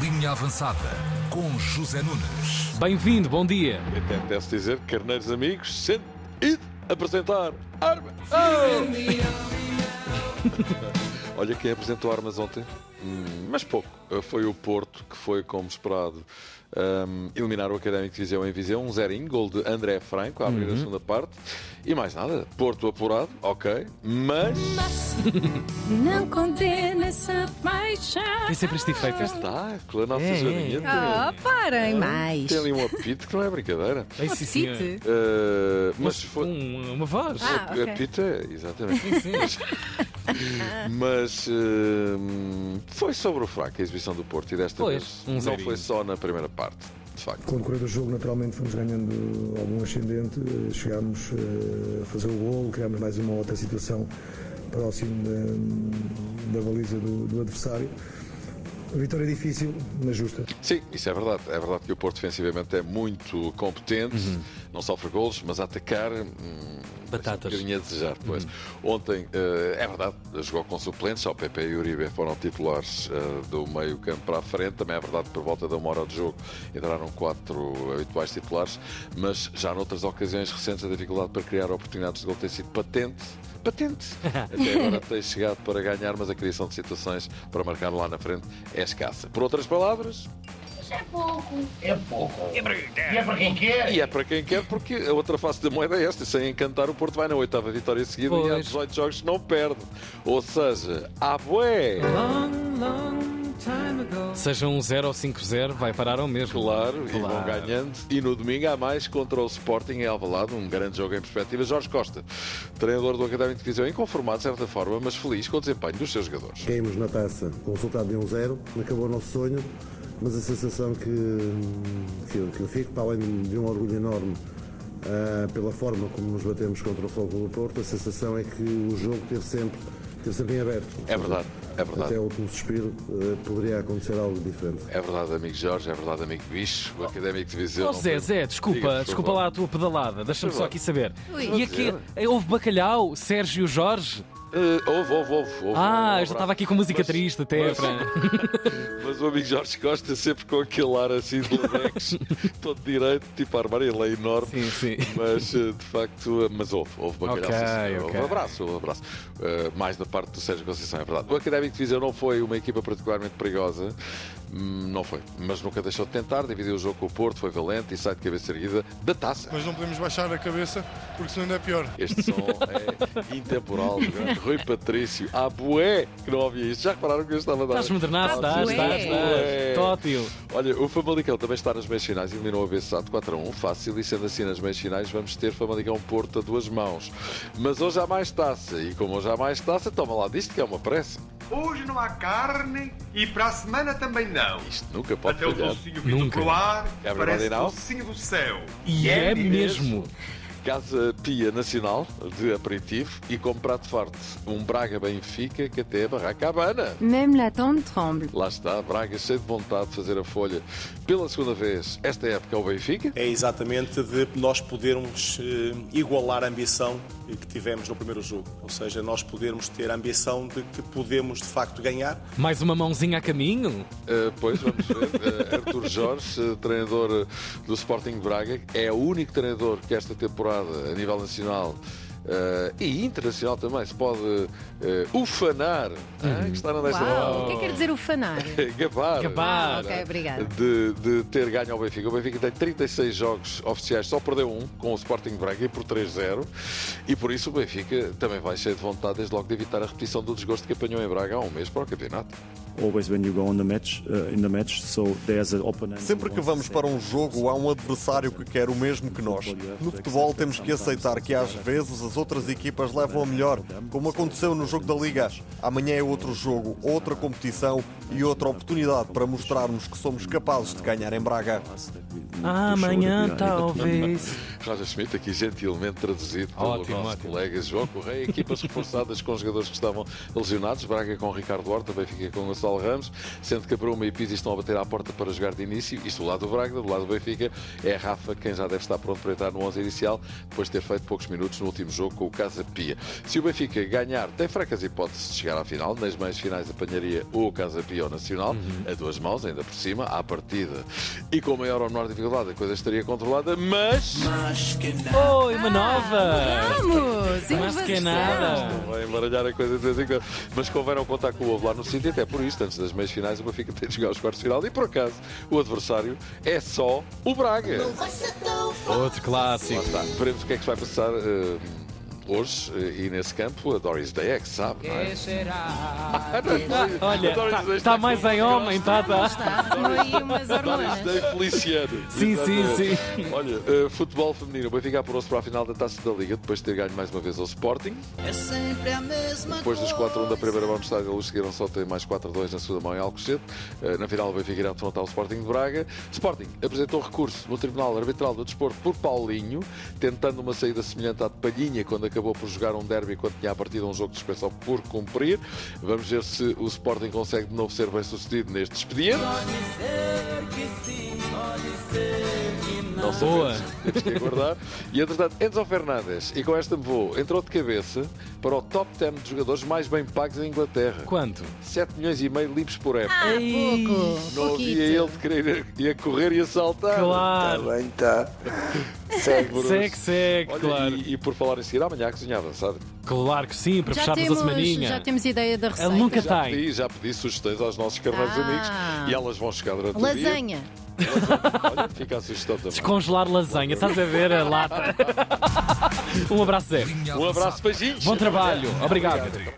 Linha Avançada com José Nunes. Bem-vindo, bom dia. Tentece dizer, carneiros amigos, sente e apresentar arma. Oh! Olha quem apresentou armas ontem, Hum, mas pouco. Uh, Foi o Porto, que foi como esperado. um, eliminar o Académico de Viseu em Viseu, um zerinho, gol de André Franco a abrir Uhum. a segunda parte. E mais nada, Porto apurado, ok, mas Não condena essa paixão. Tem sempre este efeito. está, a nossa É, é. joaninha tem- Oh, parem mais. tem ali um apito que não é brincadeira. Bem, sim, senhor. um Apetite. Uh, mas foi, Um- uma voz. Ah. A- ok. A pita, É, exatamente. Mas hum, foi sobre o fraco a exibição do Porto e desta Pois, vez um não zerinho. foi só na primeira parte, de facto. Com o decorrer do jogo, naturalmente, fomos ganhando algum ascendente, eh, chegámos eh, a fazer o gol, criámos mais uma outra situação próximo da, da baliza do, do adversário. Vitória é difícil, mas justa. Sim, isso é verdade. É verdade que o Porto defensivamente é muito competente, não sofre golos, mas a atacar hum, Batatas. deixa um bocadinho a desejar depois. Ontem, eh, é verdade, jogou com suplentes, só o Pepe e o Uribe foram titulares eh, do meio campo para a frente. Também é verdade que por volta de uma hora de jogo entraram quatro habituais titulares, mas já noutras ocasiões recentes a dificuldade para criar oportunidades de gol tem sido patente. Patente! Até agora tem chegado para ganhar, mas a criação de situações para marcar lá na frente é escassa. Por outras palavras, É pouco. É pouco. E é para, quem quer. E é para quem quer, porque a outra face da moeda é esta. Sem encantar, o Porto vai na oitava vitória seguida e há Pois. 18 jogos não perde. Ou seja, à bué! Seja um 0 ou 5-0, vai parar ao mesmo. Claro, e vão Claro. ganhando. E no domingo há mais contra o Sporting em Alvalade, um grande jogo em perspectiva. Jorge Costa, treinador do Académico de Viseu, inconformado de certa forma, mas feliz com o desempenho dos seus jogadores. Caímos na taça com o resultado de 1-0, acabou o nosso sonho, mas a sensação que, que, eu, que eu fico, para além de um orgulho enorme ah, pela forma como nos batemos contra o Fogo do Porto, a sensação é que o jogo teve sempre, teve sempre em aberto. É verdade, é Até verdade. o último suspiro ah, poderia acontecer algo diferente. É verdade, amigo Jorge, é verdade, amigo bicho. O Académico de Viseu. Oh, não Zé, tem- Zé, desculpa, Diga, por desculpa favor. lá a tua pedalada. Deixa-me Por só favor. aqui saber. Ui. E aqui, eh, houve bacalhau, Sérgio Jorge? Eh, houve, houve, houve, houve. Ah, Um eu já estava abraço. aqui com música Mas- triste até. mas- para- Mas o amigo Jorge Costa sempre com aquele ar assim de Levex, todo direito, tipo a armarela é enorme. Sim, sim. Mas eh, de facto, eh, mas houve, houve bacalhau. Ok, sim, senhor. Houve um ok. abraço, houve abraço. Eh, mais da parte do Sérgio Conceição, é verdade. O Académico de Viseu não foi uma equipa particularmente perigosa, hum, não foi, mas nunca deixou de tentar, dividiu o jogo com o Porto, foi valente e sai de cabeça erguida da taça. mas não podemos baixar a cabeça porque senão ainda é pior. Este som é intemporal. do grande Rui Patrício, à bué, que não ouvia isto. Já repararam que eu estava a dar? Estás modernaço, Ah, estás, ué. estás, Ué. estás. Tótil. Olha, o Famalicão também está nas meias finais, eliminou a Bessado 4 a 1, fácil, e sendo assim nas meias finais vamos ter Famalicão Porto a duas mãos. Mas hoje há mais taça, e como hoje há mais taça, toma lá disto que é uma pressa. Hoje não há carne e para a semana também não. Isto nunca pode Até o falhar. docinho vindo Nunca. pro ar É verdade, parece não? docinho do céu. E é mesmo. Casa Pia Nacional de aperitivo e com prato forte, um Braga Benfica que até é Barraca Habana. Même la tombe tremble. Lá está, Braga cheio de vontade de fazer a folha pela segunda vez esta época ao Benfica. é exatamente de nós podermos eh, igualar a ambição que tivemos no primeiro jogo. Ou seja, nós podermos ter a ambição de que podemos de facto ganhar. Mais uma mãozinha a caminho? Uh, pois, vamos ver. Uh, Arthur Jorge, uh, treinador uh, do Sporting Braga, é o único treinador que esta temporada, a nível nacional uh, e internacional também, se pode uh, ufanar, ah, que está na desta Uhum. Uau, o que é que quer dizer o fanar? Gabar, eh, Gabar. Ok, obrigada. De, de ter ganho ao Benfica. O Benfica tem 36 jogos oficiais, só perdeu um com o Sporting Braga e por 3-0. E por isso o Benfica também vai cheio de vontade, desde logo, de evitar a repetição do desgosto que apanhou em Braga há um mês para o campeonato. Sempre que vamos para um jogo, há um adversário que quer o mesmo que nós. No futebol, temos que aceitar que às vezes as outras equipas levam a melhor, como aconteceu no jogo da Liga. Amanhã é outro jogo, outra competição e outra oportunidade para Ah, mostrarmos que somos capazes de ganhar em Braga. Amanhã, talvez. Roger Schmidt, aqui gentilmente traduzido pelo Ótimo, nosso ótimo. colega João Correia. Equipas reforçadas com jogadores que estavam lesionados. Braga com Ricardo Horta, Benfica com Gonçalo Ramos. Sendo que a Bruma e Pizzi estão a bater à porta para jogar de início. Isto do lado do Braga, do lado do Benfica. É Rafa quem já deve estar pronto para entrar no 11 inicial, depois de ter feito poucos minutos no último jogo com o Casa Pia. Se o Benfica ganhar, tem fracas hipóteses de chegar à final. Nas meias finais apanharia ou o Casa Pia ou o Nacional, Uhum. a duas mãos, ainda por cima, à partida. E com maior ou menor dificuldade, a coisa estaria controlada, mas. Oi, uma Ah, nova! Vamos! Mas que é nada! Vai embaralhar a coisa de vez em quando. Mas convém não contar com o ovo lá no sítio, até por isto, antes das meias finais, o Benfica tem de jogar os quartos de final. E por acaso, o adversário é só o Braga. Outro clássico. Lá está. Veremos o que é que se vai passar eh, hoje eh, e nesse campo. A Doris Day é que sabe, não é? Olha, Adoro tá- dizer isto. tá mais em homem, tá, tá. Aí umas Doris hormonas. Day Feliciano. Sim, Exatamente. sim, Olha, eh, futebol feminino. O Benfica apurou-se para a final da Taça da Liga, depois de ter ganho mais uma vez ao Sporting. É sempre a mesma Depois dos 4-1 da primeira mão do Estádio da Luz, seguiram só tem mais 4-2 na segunda mão em Alcochete. Eh, Na final, o Benfica irá defrontar o Sporting de Braga. Sporting apresentou recurso no Tribunal Arbitral do Desporto por Paulinho, tentando uma saída semelhante à de Palhinha, quando acabou por jogar um derby quando tinha a partida um jogo de suspensão por cumprir. Vamos ver se o Sporting consegue de novo ser bem sucedido neste expediente. Não Boa. sabemos. Temos que aguardar. E entretanto, Enzo Fernandes, e com esta me vou, entrou de cabeça para o top 10 de jogadores mais bem pagos em Inglaterra. Quanto? 7 milhões e meio livres por época. Ah, pouco. Não pouquito. havia ele de querer ir a correr e a saltar. Claro. Tá bem, tá. Segue, Bruno. Segue, segue, Olha, claro. E, e por falar em seguir, amanhã a cozinha avançada. Claro que sim, para Já fecharmos a temos, já semaninha. temos ideia da receita. Ele nunca Já tem. pedi, já pedi sugestões aos nossos carneiros Ah. amigos e elas vão chegar durante o Lasanha. dia. Olha, fica a sugestão também. Descongelar lasanha, estás a ver a lata? Um abraço, Zé. Um abraço, beijinhos. Bom trabalho, obrigado.